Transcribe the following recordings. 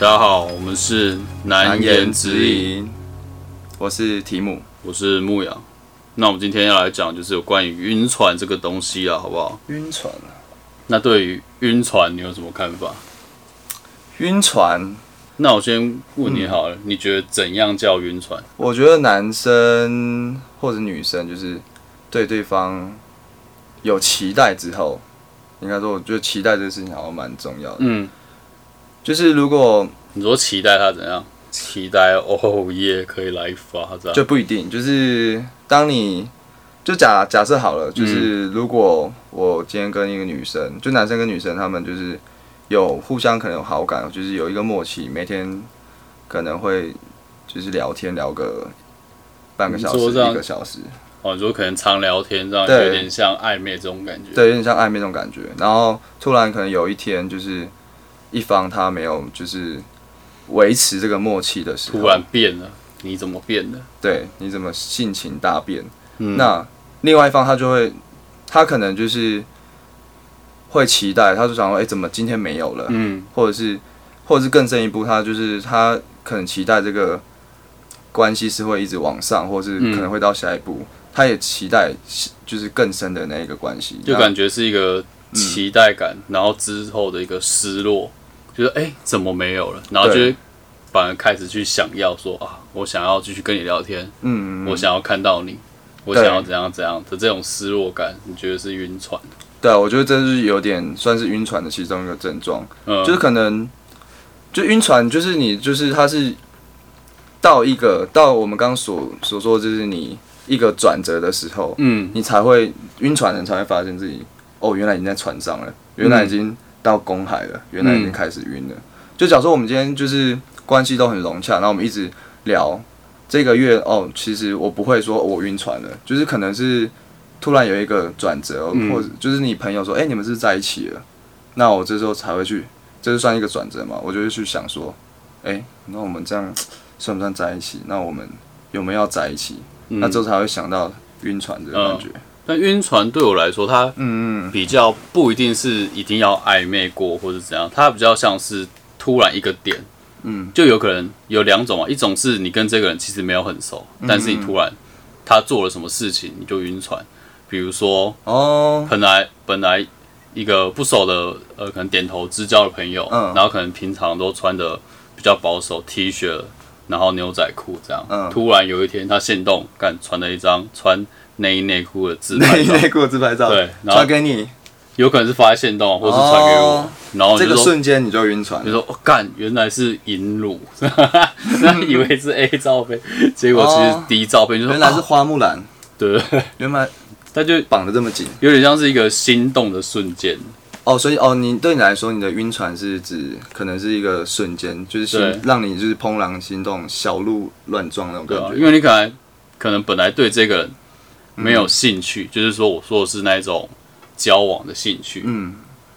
家好，我们是难言之隐，隐，我是提姆。我是牧羊。那我们今天要来讲就是有关于晕船这个东西啊，好不好？晕船啊，那对于晕船你有什么看法？晕船，那我先问你好了，嗯你觉得怎样叫晕船？我觉得男生或者女生就是对对方有期待之后，应该说，我觉得期待这个事情好像蛮重要的。嗯，就是如果你说期待他怎样？期待哦耶，可以来一发这样。就不一定，就是当你就假假设好了，就是嗯如果我今天跟一个女生，就男生跟女生，他们就是有互相可能有好感，就是有一个默契，每天可能会就是聊天聊个半个小你时、说这样一个小时，哦，你说可能常聊天这样，对有点像暧昧这种感觉。对，有点像暧昧那种感觉。然后突然可能有一天，就是一方他没有就是维持这个默契的时候，突然变了，你怎么变的？对你怎么性情大变？嗯那另外一方他就会，他可能就是会期待，他就想说，哎、怎么今天没有了？嗯，或者是，或者是更深一步，他就是他可能期待这个关系是会一直往上，或是嗯可能会到下一步，他也期待就是更深的那一个关系。就那感觉是一个期待感，然后之后的一个失落，觉得哎、诶怎么没有了？然后就对会反而开始去想要说啊，我想要继续跟你聊天，嗯，嗯嗯我想要看到你，我对想要怎样怎样的这种失落感，你觉得是晕船？对，啊我觉得这是有点算是晕船的其中一个症状。嗯，就是可能就晕船，就是你就是它是到一个到我们刚刚所所说，就是你一个转折的时候，嗯，你才会晕船，人才会发现自己哦，原来已经在船上了，原来已经到公海了，原嗯来已经开始晕了。就假如说我们今天就是关系都很融洽，然后我们一直聊这个月哦，其实我不会说、哦我晕船了，就是可能是突然有一个转折，嗯或者就是你朋友说，哎、你们是在一起了，那我这时候才会去，这就算一个转折嘛，我就会去想说，哎、那我们这样算不算在一起？那我们有没有要在一起？嗯那之后才会想到晕船这个感觉。但晕船对我来说，它嗯嗯比较不一定是一定要暧昧过或者怎样，它比较像是突然一个点，嗯，就有可能有两种啊，一种是你跟这个人其实没有很熟，嗯但是你突然他做了什么事情你就晕船，比如说哦，本来本来一个不熟的呃可能点头之交的朋友，嗯然后可能平常都穿的比较保守 T 恤，然后牛仔裤这样，嗯突然有一天他现动干传了一张穿内衣内裤的自拍内照，内裤的自拍照，对然后传给你，有可能是发在现动或是传给我，哦然后你这就个说瞬间你就晕船就，说哦干、原来是银 乳， 那以为是 A 照片，结果其实是 D 照片，就说哦原来是啊花木兰，对，原来他就绑得这么紧。有点像是一个心动的瞬间，哦，所以哦，你对你来说，你的晕船是指可能是一个瞬间，就是对心让你就是怦然心动、小鹿乱撞那种对感啊，觉。嗯因为你可能可能本来对这个人没有兴趣，就是说我说的是那一种交往的兴趣，嗯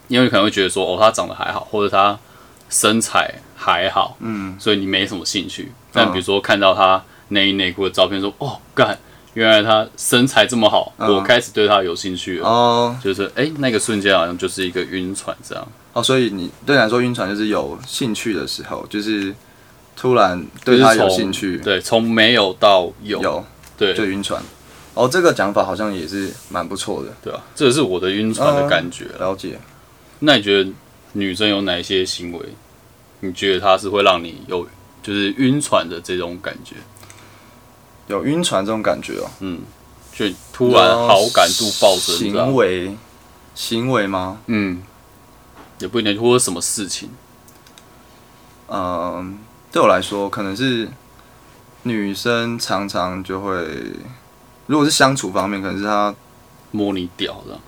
因为你可能会觉得说哦他长得还好，或者他身材还好，嗯，所以你没什么兴趣。但比如说看到他内衣内裤的照片说，哦，干，原来他身材这么好，嗯我开始对他有兴趣了。哦就是哎、诶那个瞬间好像就是一个晕船这样，哦，所以你对你来说晕船就是有兴趣的时候，就是突然就对他是有从兴趣，对，从没有到有，有对就对晕船。哦，这个讲法好像也是蛮不错的，啊，这是我的晕船的嗯感觉啦。了解。那你觉得女生有哪一些行为，你觉得她是会让你有就是晕船的这种感觉？有晕船这种感觉哦，嗯，就突然好感度暴增这样行，为行为吗？嗯，也不一定，或者什么事情，嗯、对我来说，可能是女生常常就会，如果是相处方面，可能是她，摸你屌这样。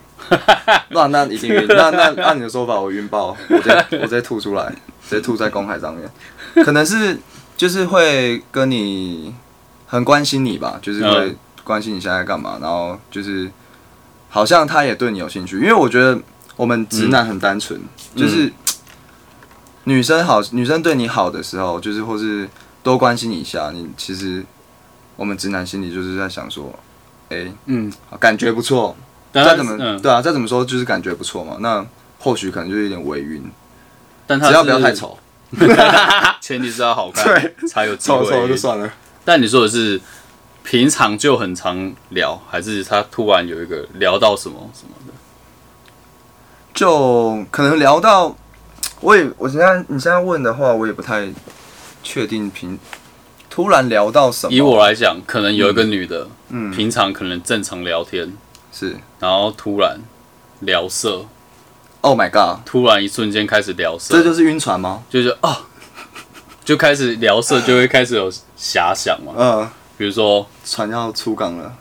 那那一定晕，那那按你的说法，我晕爆，我直接我直接吐出来，直接吐在公海上面，可能是就是会跟你很关心你吧，就是会嗯关心你现在在干嘛，然后就是好像他也对你有兴趣，因为我觉得我们直男很单纯，就是女生好，女生对你好的时候，就是或是多关心你一下，你其实我们直男心里就是在想说，哎、嗯，感觉不错，但再他怎么、嗯，对啊，再怎么说就是感觉不错嘛，那或许可能就有点微晕，但他只要不要是太，丑， 前提是要好看，对才有机吵吵就会。算了。但你说的是平常就很常聊，还是他突然有一个聊到什么什么的？就可能聊到，我也我现在你现在问的话，我也不太确定平突然聊到什么。以我来讲，可能有一个女的，嗯平常可能正常聊天，是然后突然聊色， ，Oh my god，突然一瞬间开始聊色，这就是晕船吗？就是哦，就开始聊色，就会开始有遐想嘛。嗯、比如说，船要出港了，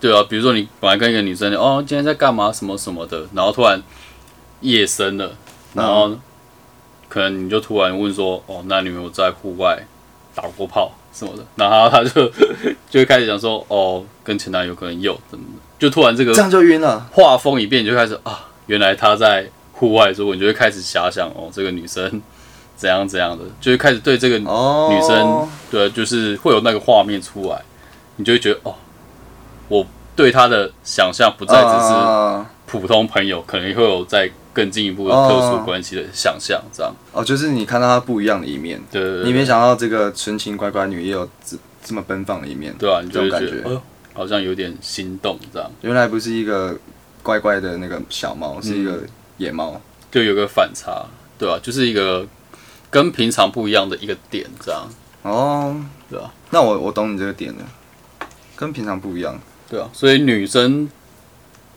对啊，比如说你本来跟一个女生哦，今天在干嘛什么什么的，然后突然夜深嗯了，然后可能你就突然问说，哦，那你有没有在户外打过炮什么的？然后他就 就会开始讲说，哦，跟前男友可能有怎么的，就突然这个这样就晕了。画风一变，你就开始啊，原来她在户外的时候，你就会开始遐想哦，这个女生怎样怎样的，就会开始对这个哦，女生，对，就是会有那个画面出来，你就会觉得哦，我对她的想象不再只是啊普通朋友，可能会有在更进一步的特殊关系的想象，这样。哦，就是你看到她不一样的一面，对对对，你没想到这个纯情乖乖女也有这这么奔放的一面。对啊，你就会觉这种得，感哎呦，好像有点心动，这样原来不是一个乖乖的那个小猫，是一个嗯野猫。就有个反差，对吧、就是一个跟平常不一样的一个点，这样，哦，对啊吧、那我我懂你这个点了，跟平常不一样。对啊，所以女生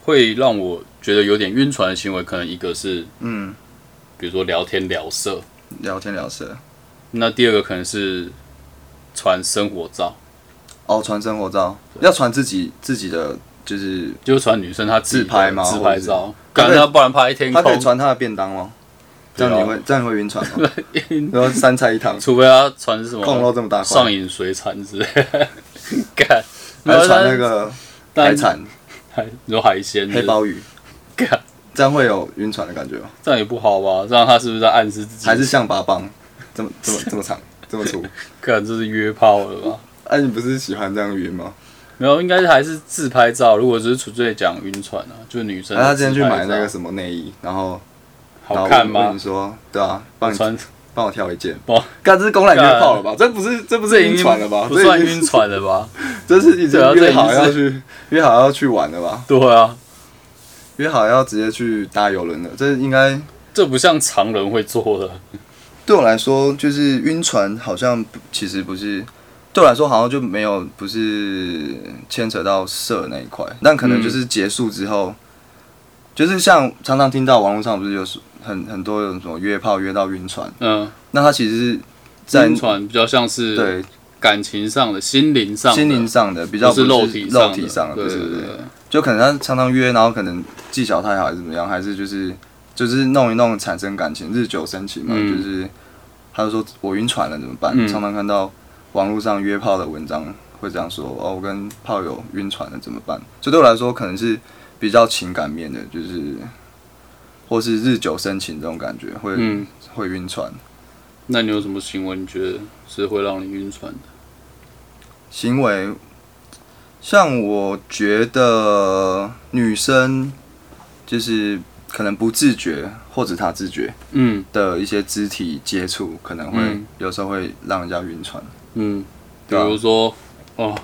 会让我觉得有点晕船的行为，可能一个是，嗯，比如说聊天聊色，聊天聊色，那第二个可能是传生活照，哦，传生活照，要传自己自己的，就是就是传女生她自己的自拍吗自拍照，或者感是觉不然拍一天他可以空，传他的便当吗？这样你会这样你会晕船 吗？然后三菜一汤，除非她传什空肉么这么大块，哦上瘾水产之类 的，干，还传那个海产海，有海鲜黑，鲍鱼，干，这样会有晕船的感觉吗？这样也不好吧？这样她是不是在暗示自己？还是象拔蚌这么这么这么长这么 粗？干，这是约炮了吧？哎，你不是喜欢这样晕吗？没有，应该还是自拍照。如果只是纯粹讲晕船啊，就是女生然的后他自今拍天照。去买那个什么内衣，然后然后好看我吗你？说，对啊，帮你穿帮我挑一件。哦，干，这是公然约炮了吧？这不是这不这是已晕经船了吧？不算这已经晕，船了 吧？这是已经对啊这已约经好是要去约好要去玩了吧？对啊，约好要直接去搭游轮了，这应该这不像常人会做的。对我来说，就是晕船好像不其实不是，对我来说好像就没有不是牵扯到色那一块，但可能就是结束之后，嗯就是像常常听到网络上不是有很很多有什么约炮约到晕船，嗯，那他其实是在晕船比较像是对感情上的、心灵上的、心灵上的比较不是肉体体肉的上的，对不是对不是对，就可能他常常约，然后可能技巧太好还是怎么样，还是就是就是弄一弄产生感情，日久生情嘛，嗯就是他就说我晕船了怎么办？嗯常常看到网络上约炮的文章会这样说，哦，我跟炮友晕船了怎么办？就对我来说可能是比较情感面的，就是或是日久生情这种感觉会、嗯。会晕船。那你有什么行为你觉得是会让你晕船的？行为，像我觉得女生就是可能不自觉或者她自觉嗯的一些肢体接触，可能会、嗯有时候会让人家晕船。嗯，比对啊如说哦，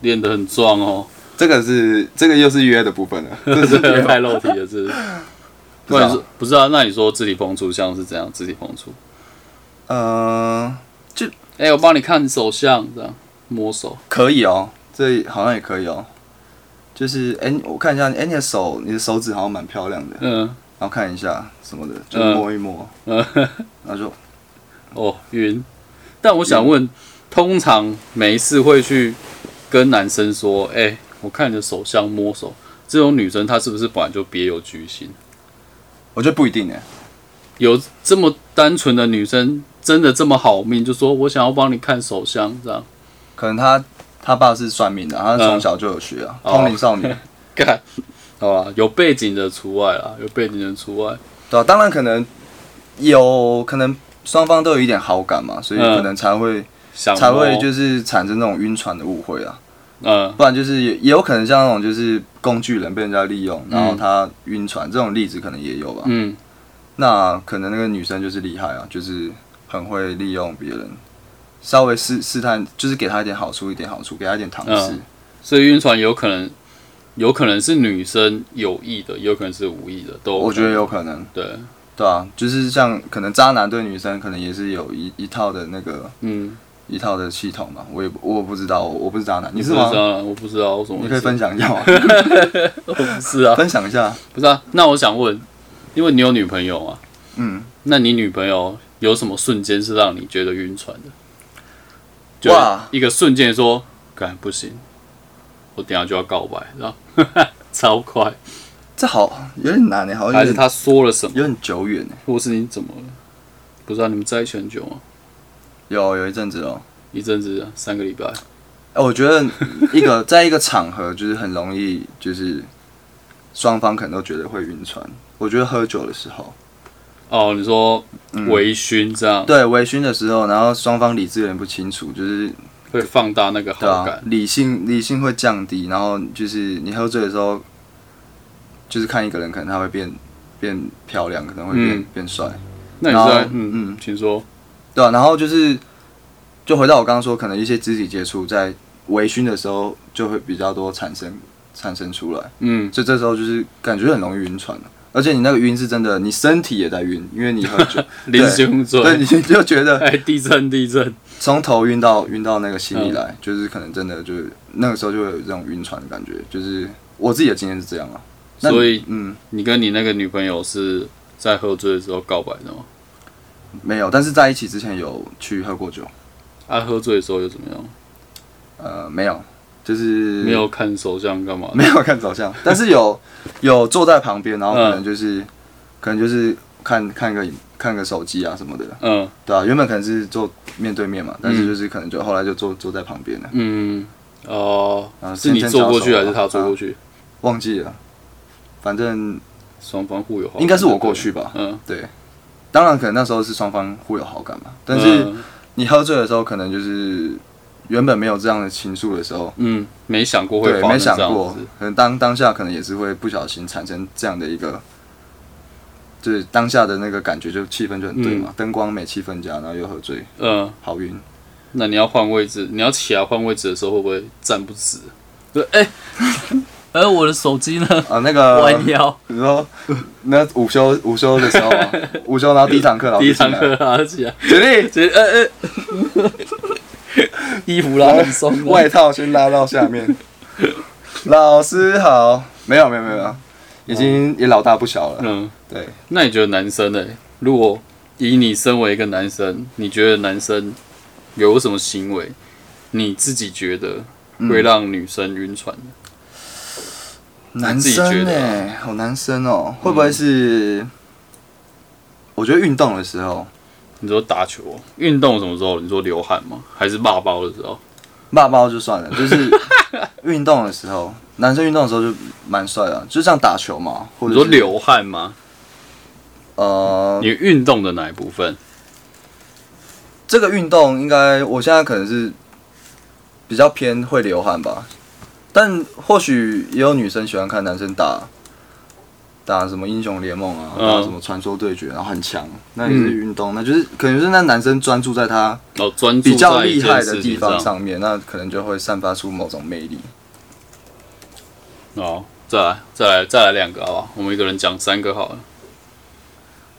练得很壮哦，这个是这个又是约的部分了，这是约太肉体了，这是。不啊不然知道是不是啊？那你说肢体碰触像是怎样？肢体碰触？呃哎、我帮你看手相，这样摸手。可以哦，这好像也可以哦。就是哎、我看一下，哎、你的手，你的手指好像蛮漂亮的，嗯，然后看一下什么的，就嗯摸一摸，嗯然后就哦，晕。但我想问，通常没事会去跟男生说：“哎、我看你的手相摸手。”这种女生她是不是本来就别有居心？我觉得不一定哎、有这么单纯的女生，真的这么好命，就说我想要帮你看手相，这样可能他他爸是算命的，他从小就有学啊，通灵 少女。干？好吧，有背景的除外啦，有背景的除外。对啊，当然可能有可能双方都有一点好感嘛，所以嗯可能才会、想才会就是是产生那种晕船的误会啊，嗯不然就是也也有可能像那种就是工具人被人家利用，然后他晕船、这种例子可能也有吧。嗯那可能那个女生就是厉害啊，就是很会利用别人，稍微试试探，就是给他一点好处，一点好处，给他一点糖吃。嗯所以晕船有可能，有可能是女生有意的，有可能是无意的，都我觉得有可能，对，对啊，就是像可能渣男对女生可能也是有一一套的那个嗯，一套的系统嘛，我也不我不知道，我我不是渣男，你是不吗知？道，我不知道，我怎么你会可以分享一下吗？不是啊，分享一下，不是啊。那我想问，因为你有女朋友嘛，嗯，那你女朋友有什么瞬间是让你觉得晕船的？就哇一个瞬间说，干不行，我等一下就要告白，然后 超快，这好有点难呢，欸好像还有是点他说了什么，有点久远欸呢。或是你怎么了？不知道、你们在一起很久吗？有有一阵子哦，一阵子啊，三个礼拜，哎，我觉得一 个在一个场合就是很容易，就是双方可能都觉得会晕船。我觉得喝酒的时候，哦，你说嗯微醺这样、对微醺的时候，然后双方理智有点不清楚，就是会放大那个对好啊感，，理性理性会降低，然后就是你喝醉的时候，就是看一个人，可能他会变变漂亮，可能会变、嗯变帅，那你啊然后在嗯嗯嗯，请说，对啊，然后就是就回到我刚刚说，可能一些肢体接触在微醺的时候就会比较多产生产生出来，嗯，所以这时候就是感觉很容易晕船，而且你那个晕是真的，你身体也在晕，因为你喝 酒，林胸对， 椎，你就觉得哎，地震地震，从头晕到晕到那个心里来，嗯就是可能真的就是那个时候就会有这种晕船的感觉，就是我自己的经验是这样啊。那所以嗯，你跟你那个女朋友是在喝醉的时候告白的吗？没有，但是在一起之前有去喝过酒，啊，喝醉的时候又怎么样？呃，没有，就是没有啊看手相干嘛的？没有看走向， 但是有有坐在旁边，然后可能嗯就是、可能就是看看个看个手机啊什么的，嗯对啊，原本可能是坐面对面嘛，但嗯是就是可能就后来就坐坐在旁边了，嗯哦、啊是你先坐过去还先招手是他坐啊过去？忘记了，反正双、方互有好感，应该是我过去吧，嗯。对，当然可能那时候是双方互有好感嘛，但是嗯你喝醉的时候，可能就是原本没有这样的情愫的时候，嗯，没想过会对，发没生想这样过子，，可能当当下可能也是会不小心产生这样的一个，就是当下的那个感觉，就气氛就很对嘛，灯光美，气氛佳，然后又喝醉，嗯，好晕，那你要换位置，你要起来换位置的时候，会不会站不直？对，哎、 哎、我的手机呢？啊，那个弯，腰，你说那午休午休的时 候啊，午休然后第一堂课，然后第一就进堂 来课，拉啊起来，决定直接呃呃，哎 衣服拉很松啊， 外套先拉到下 面。老师好，没有没有没有，已经也老大不小了。嗯，对，那你觉得男生呢、如果以你身为一个男生，你觉得男生有什么行为，你自己觉得会让女生晕船的？男自己觉生得啊哎，好男生哦，会不会是？我觉得运动的时候，你说打球、运动什么时候？你说流汗吗？还是骂包的时候？骂包就算了，就是 运动的时候，男生运动的时候就蛮帅的啊，就像打球嘛，或你者说是流汗吗？呃你，运动的哪一部分？这个运动应该我现在可能是比较偏会流汗吧，但或许也有女生喜欢看男生打打什么英雄联盟啊，嗯打什么传说对决，然后很强，那也是运动，那就是可能就是那男生专注在他哦，专注比较在一厉件害事情的地方上。上面，那可能就会散发出某种魅力。哦，再来，再来，再来两个好不好？我们一个人讲三个好了。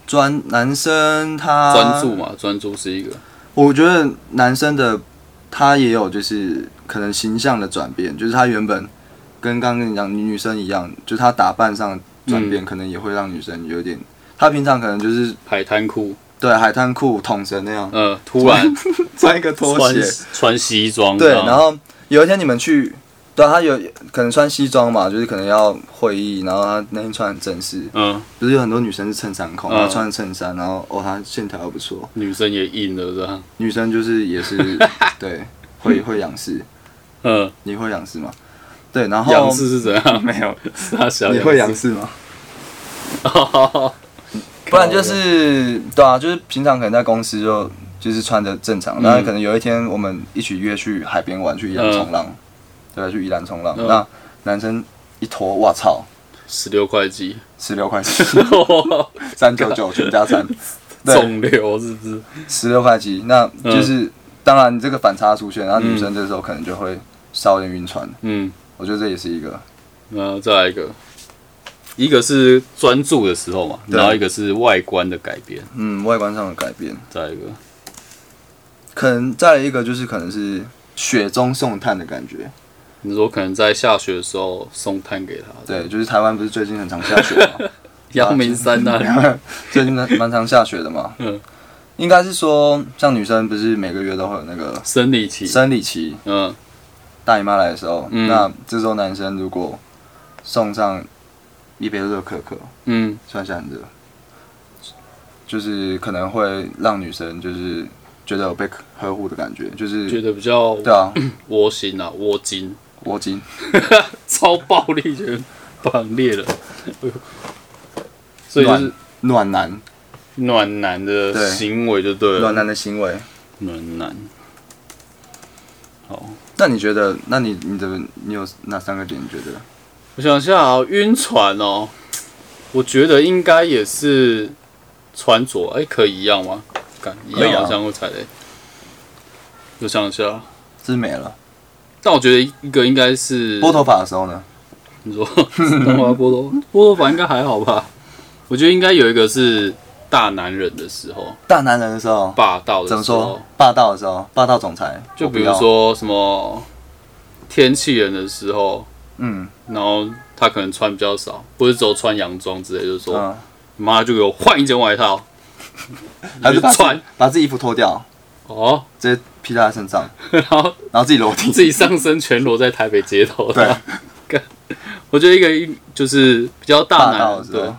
专男生他专注，嘛，专注是一个。我觉得男生的他也有就是可能形象的转变，就是他原本跟刚刚跟你讲女女生一样，就是他打扮上的转嗯变，可能也会让女生有点，他平常可能就是海滩裤，对海滩裤、筒绳那样，呃，突 然穿一个拖穿鞋，穿西装，对，这样然后有一天你们去。对啊，他有可能穿西装嘛，就是可能要会议，然后他那天穿很正式，嗯，不是有很多女生是衬衫控，嗯然后穿衬衫，然后哦，她线条还不错，女生也硬了这样，女生就是 也是对会会仰视，嗯，你会仰视吗？对，然后仰视是怎样？哦没有，傻小你仰会仰视，视吗？ 哦不然就是对啊，就是平常可能在公司就就是穿的正嗯常，但是可能有一天我们一起约去海边玩，去宜兰冲浪，对啊，去宜兰冲浪，嗯那男生一拖，我操，十六块几， 十六块钱，三九九全家餐，对肿瘤是不是？十六块七，那就是、嗯当然你这个反差出现，然后女生这时候可能就会稍微有点晕船，嗯，我觉得这也是一个然后再来一个，一个是专注的时候嘛，对然后一个是外观的改变，嗯外观上的改变。再来一个，可能再来一个就是可能是雪中送炭的感觉，你说可能在下雪的时候送炭给他，对，就是台湾不是最近很常下雪 吗？啊阳明山那里，最近蛮蛮常下雪的嘛。嗯，应该是说像女生不是每个月都会有那个生理期，生理期，嗯，大姨妈来的时候，嗯那这时候男生如果送上一杯热可可，嗯，算是很热，就是可能会让女生就是觉得有被呵护的感觉，就是觉得比较对啊，窝心啊，窝心，窝精。超暴力，觉得绑裂了， 哎呦所以就是暖男，暖男的对行为就对了，暖男的行为。暖男，好，那你觉得？那你你怎么？你有哪三个点？你觉得？我想一下啊，晕船哦，我觉得应该也是穿着，哎、可以一样吗？敢一可以样啊好像会踩雷。我想一下，是没了。但我觉得一个应该是拨头发的时候呢？你说东华波头波头法应该还好吧？我觉得应该有一个是大男人的时候，大男人的时候，霸道的怎么时候说，？霸道的时候，霸道总裁。就我不比如要，说什么天气人的时候，嗯然后他可能穿比较少，不是只有穿洋装之类，就是说。嗯，妈就给我换一件外套，还是把自穿己把自己衣服脱掉，哦，直接披在他身上， 然后然后自己裸 体。自己上身全裸在台北街头。对，干我觉得一个就是比较大霸男道的人，时对候。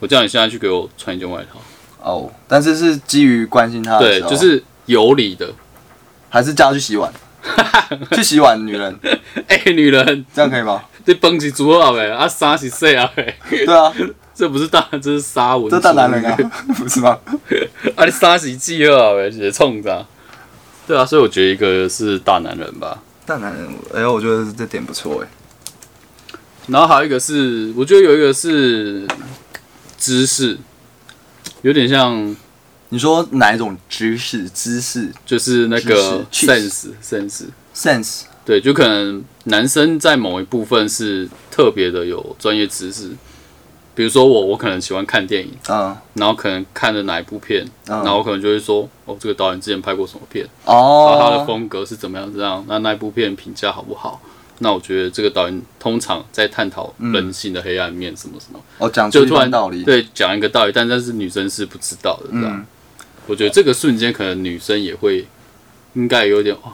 我叫你现在去给我穿一件外套，哦，但是是基于关心他的对时，候，就是有理的。 还是叫他去洗碗，去洗碗，女人哎、女人，这样可 以吗？这崩起猪二呗，啊杀起谁啊呗，对啊，这不是大，这是杀文，这大男人啊，不是吗？啊，你杀起饥饿呗，直接冲着。对啊，所以我觉得一个是大男人吧，大男人，哎、我觉得这点不错哎、然后还有一个是，我觉得有一个是知识，有点像你说哪一种知识、知识就是那个知 sense 识 sense， sense？对，就可能男生在某一部分是特别的有专业知识，比如说我，我可能喜欢看电影，嗯，然后可能看了哪一部片，嗯然后我可能就会说，哦，这个导演之前拍过什么片，然后他的哦，风格是怎么样这样，那那一部片评价好不好？那我觉得这个导演通常在探讨人性的黑暗面什么什么，我哦讲出就嗯一突番然道理，对讲一个道理，但但是女生是不知道的，这样。嗯，我觉得这个瞬间可能女生也会，应该有点哇，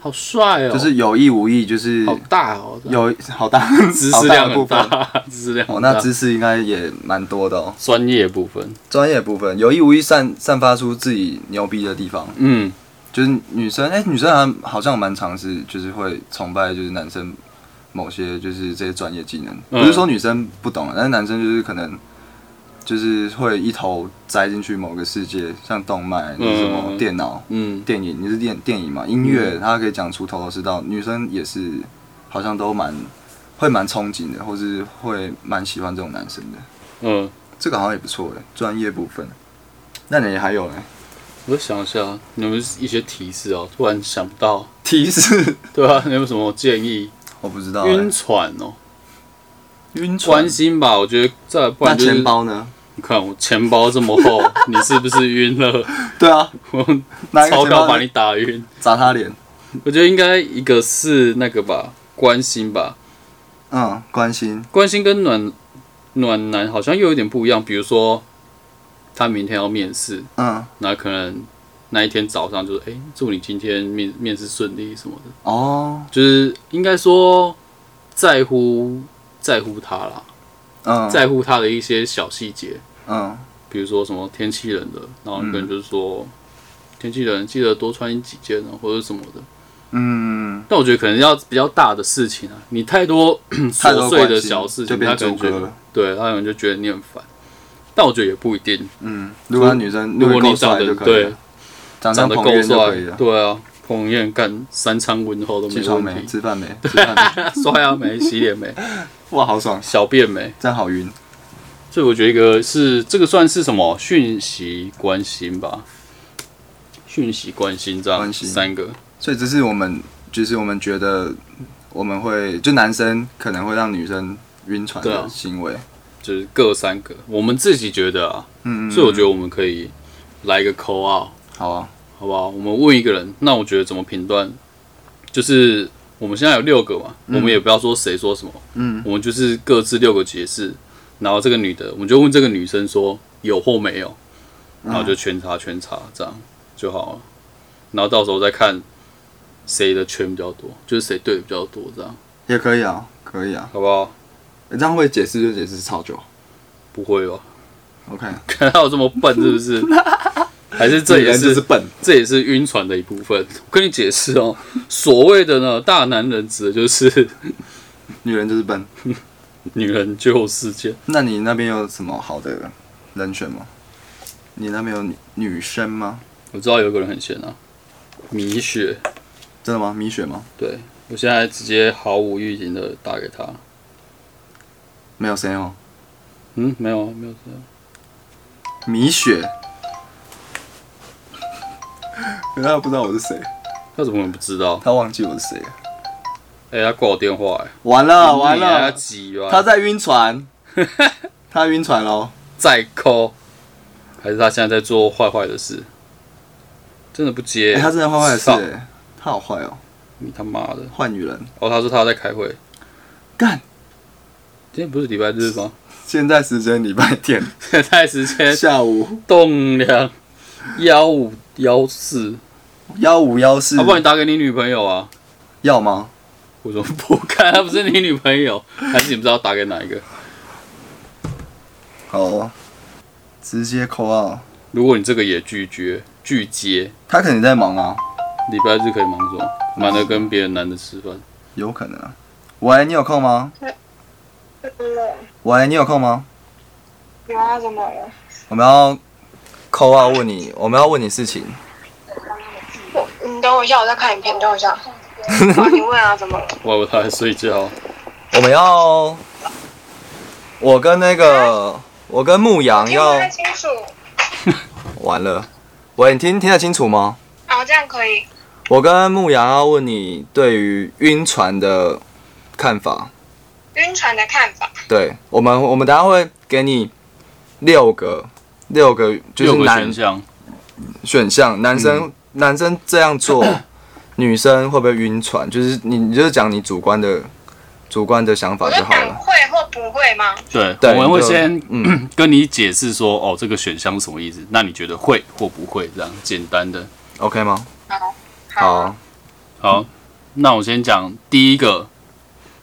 好帅哦，就是有意无意，就是好大哦，有好大知好识大量的部很分。大，知识量哦，很那大。知识应该也蛮多的哦。专业部分，专业部分有意无意散散发出自己牛逼的地方，嗯，就是女生，哎、女生还好像蛮常是，就是会崇拜，就是男生某些就是这些专业技能，嗯不是说女生不懂啊，但是男生就是可能就是会一头栽进去某个世界，像动漫、你是什么嗯电脑、嗯，电影，你是电电影嘛，音乐，他可以讲出头头是道，女生也是好像都蛮会蛮憧憬的，或是会蛮喜欢这种男生的，嗯，这个好像也不错哎，专业部分。那你还有呢？我想一下，你们一些提示哦，突然想不到， 提示对啊，你有没有什么建议？我不知道、晕欸，船哦，晕关心吧，我觉得再不那然就是钱，包呢？你看我钱包这么 厚，你是不是晕了？对啊，我 拿一个超钱高包把你打晕。砸他脸。我觉得应该一个是那个吧，关心吧，嗯，关心关心跟暖暖男好像又有点不一样。比如说，他明天要面试，嗯那可能那一天早上就是，哎、祝你今天面面试顺利什么的，哦就是应该说在乎在乎他啦，嗯在乎他的一些小细节，嗯比如说什么天气冷了，然后你可能就是说、天气冷，记得多穿几件啊，或者什么的。嗯，但我觉得可能要比较大的事情啊，你太 多太多琐碎关的心小事就情，他变可能纠觉葛得了。对，他可能就觉得你很烦。但我觉得也不一定，嗯，如果女生如果够你长帅得就可以对了，长长相得彭够于晏就可以帅，了。对啊，彭于晏干三餐温厚都起没床问 没？题，啊吃饭没？吃饭没？刷牙没，洗脸没，哇，好爽！小便没，真好晕。所以我觉得一个是这个算是什么讯息关心吧，讯息关心这样关心三个，所以这是我们，就是我们觉得我们会，就男生可能会让女生晕船对啊的行为。就是各三个，我们自己觉得啊，嗯，嗯所以我觉得我们可以来一个 call out，好啊，好不好？我们问一个人，那我觉得怎么评断？就是我们现在有六个嘛，我们也不要说谁说什么，嗯，我们就是各自六个解释。然后这个女的，我们就问这个女生说有或没有，然后嗯就圈叉圈叉这样就好了。然后到时候再看谁的圈比较多，就是谁对的比较多，这样也可以啊，可以啊，好不好？这样会解释就解释超久。不会吧？ OK， 看到我这么笨是不是？ 还是这也人就是是笨，这也是晕船的一部分。我跟你解释 哦，所谓的呢大男人指的就是女人就是笨。女人救世界。那你那边有什么好的人选吗？你那边有女女生吗？我知道有一个人很闲啊，米雪。真的吗？米雪吗？对我现在直接毫无预警的打给他。没有声音哦。嗯，没有啊，没有这样。米雪， 可是他不知道我是谁，他怎么可能不知道？他忘记我是谁了。哎、他挂我电话、哎，完了完你还要了，急吧？他在 晕船，他晕船喽。再抠，还是他现在在做坏坏的事？真的不接、欸他真的坏坏的事、操欸，他好坏哦，你他妈的！坏女人。哦，他说他在开会。干！今天不是礼拜日吗？现在时间礼拜天 现在时间下午栋梁幺五幺四，幺五幺四要、，不然你打给你女朋友啊？要吗？我说不看，她不是你女朋友， 还是你不知道打给哪一个？好哦，直接扣啊！如果你这个也拒绝拒接，他肯定在忙啊，礼拜日可以忙什么？忙着跟别的男的吃饭。有可能啊。喂，你有空吗？嗯，喂，你有空吗？然后怎么了？我们要扣啊，问你，我们要问你事情。我你等我一下，我在看影片，等我 一下。啊你问啊，怎么了？哇，我他在睡觉。我们要，我跟那个，我跟牧羊听不太清楚。完了。喂，你听听得清楚吗？好，这样可以。我跟牧羊要问你对于晕船的看法。晕船的看法，对我们，我们等一下会给你六个六个就是六个男选项，嗯选项，男生、男生这 样做，女生会不会晕船？就是你你就是讲你主观的主观的想法我就就好想了。会或不会吗？对，对我们会就先嗯 跟你解释说，哦，这个选项是什么意思？那你觉得会或不会？这样简单的。 ，OK 吗？好，啊好，啊好，那我先讲第一个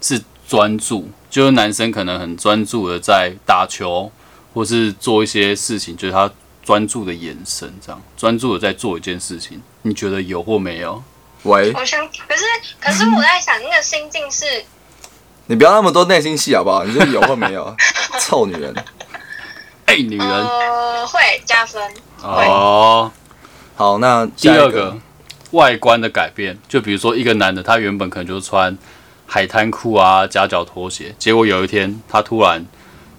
是专注，就是男生可能很专注的在打球，或是做一些事情，就是他专注的眼神，这样专注的在做一件事情。你觉得有或没有？喂，我想，可是可是我在想，那个心境是你不要那么多内心戏好不好？你就有或 没有，臭女人。哎、女人呃会加分，哦。好，那第下一二个外观的改变，就比如说一个男的，他原本可能就是穿海滩裤啊、夹脚拖鞋，结果有一天他突然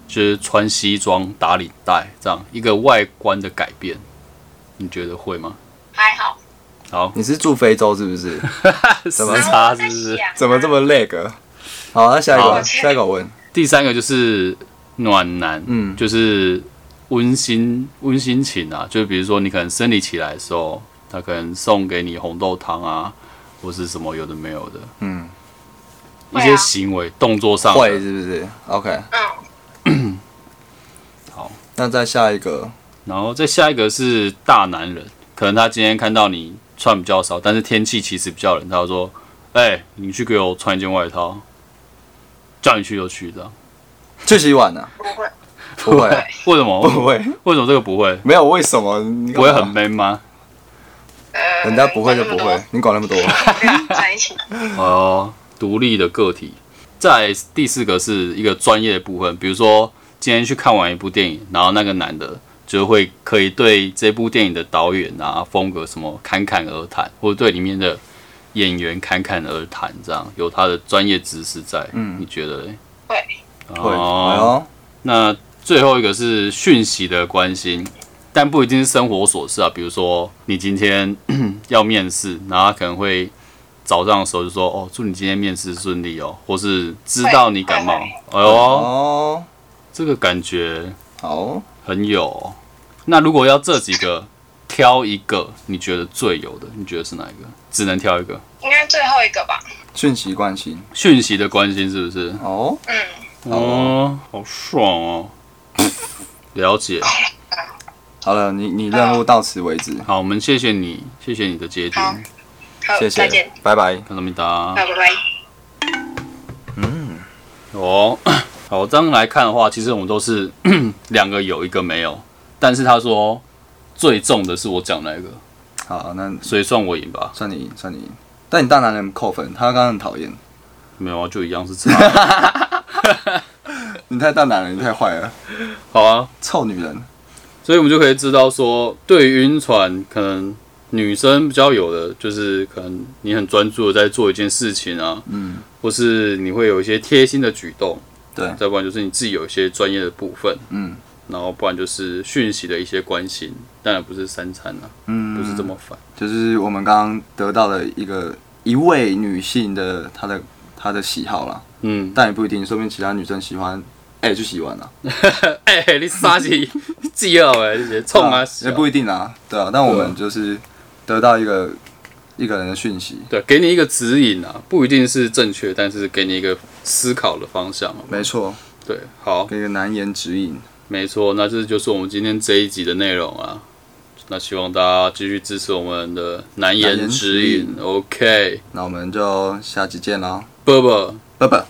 就是穿西装、打领带，这样一个外观的改变，你觉得会吗？还好。好，你是住非洲是不是？什么么差是不然后我在是？想啊怎么这么累个？好，那下一好个，下一个我问。第三个就是暖男，嗯就是温馨温馨情啊，就比如说你可能生理期来的时候，他可能送给你红豆汤啊，或是什么有的没有的，嗯，一会些啊行为、动作上的会是不是？OK，嗯，那再下一个，然后再下一个是大男人，可能他今天看到你穿比较少，但是天气其实比较冷，他就说：“哎、你去给我穿一件外套。”叫你去就去的，去洗碗 呢？不会，不会，为什么？ 不会，为什么这个不会？没有为什么？你干不嘛会哦很 man 吗？呃， 人家不会就不会，你管那 么多？不要在一起。哦，独立的个体。再来第四个是一个专业的部分，比如说今天去看完一部电影，然后那个男的就会可以对这部电影的导演啊、风格什么侃侃而谈，或者对里面的演员侃侃而谈，这样有他的专业知识在。嗯你觉得嘞？会会，哎哦，呦，那最后一个是讯息的关心，但不一定是生活琐事啊，比如说你今天要面试，然后他可能会早上的时候就说哦，祝你今天面试顺利哦，或是知道你感冒，哎呦，哦，这个感觉好哦，很有哦。那如果要这几个挑一个，你觉得最有的，你觉得是哪一个？只能挑一个。应该最后一个吧。讯息关心，讯息的关心是不是？哦，嗯，好哦，好爽哦！ 了解，好了，你你任务到此为止，好，我们谢谢你，谢谢你的接听，好好，谢再见谢，，拜拜。看到没答好，拜拜。哦。 好，这样来看的话，其实我们都是 两个有一个没有，但是他说最重的是我讲那个，好，那所以算我赢吧？算你赢，算你赢。但你大男人扣分，他刚刚很讨厌没有啊，就一样是 差。你，太大男人，你太坏了，好啊，臭女人。所以我们就可以知道说，对于晕船，可能女生比较有的就是，可能你很专注的在做一件事情啊，嗯，或是你会有一些贴心的举动，对，再不然就是你自己有一些专业的部分，嗯然后不然就是讯息的一些关心，当然不是三餐啊，嗯，不是这么烦。就是我们刚刚得到的一个一位女性的她的她的喜好啦，嗯，但也不一定，说不定其他女生喜欢，哎、就喜欢啦， 哎、你杀起记号哎，这些冲啊，也小不一定啊，对啊。但我对们啊就是得到一个一个人的讯息，对，给你一个指引啊，不一定是正确，但是给你一个思考的方向啊。没错，对，好，给一个难言指引。没错，那这就是我们今天这一集的内容啊。那希望大家继续支持我们的难难言言指指引。OK，那我们就下期见啦，波波。拜拜。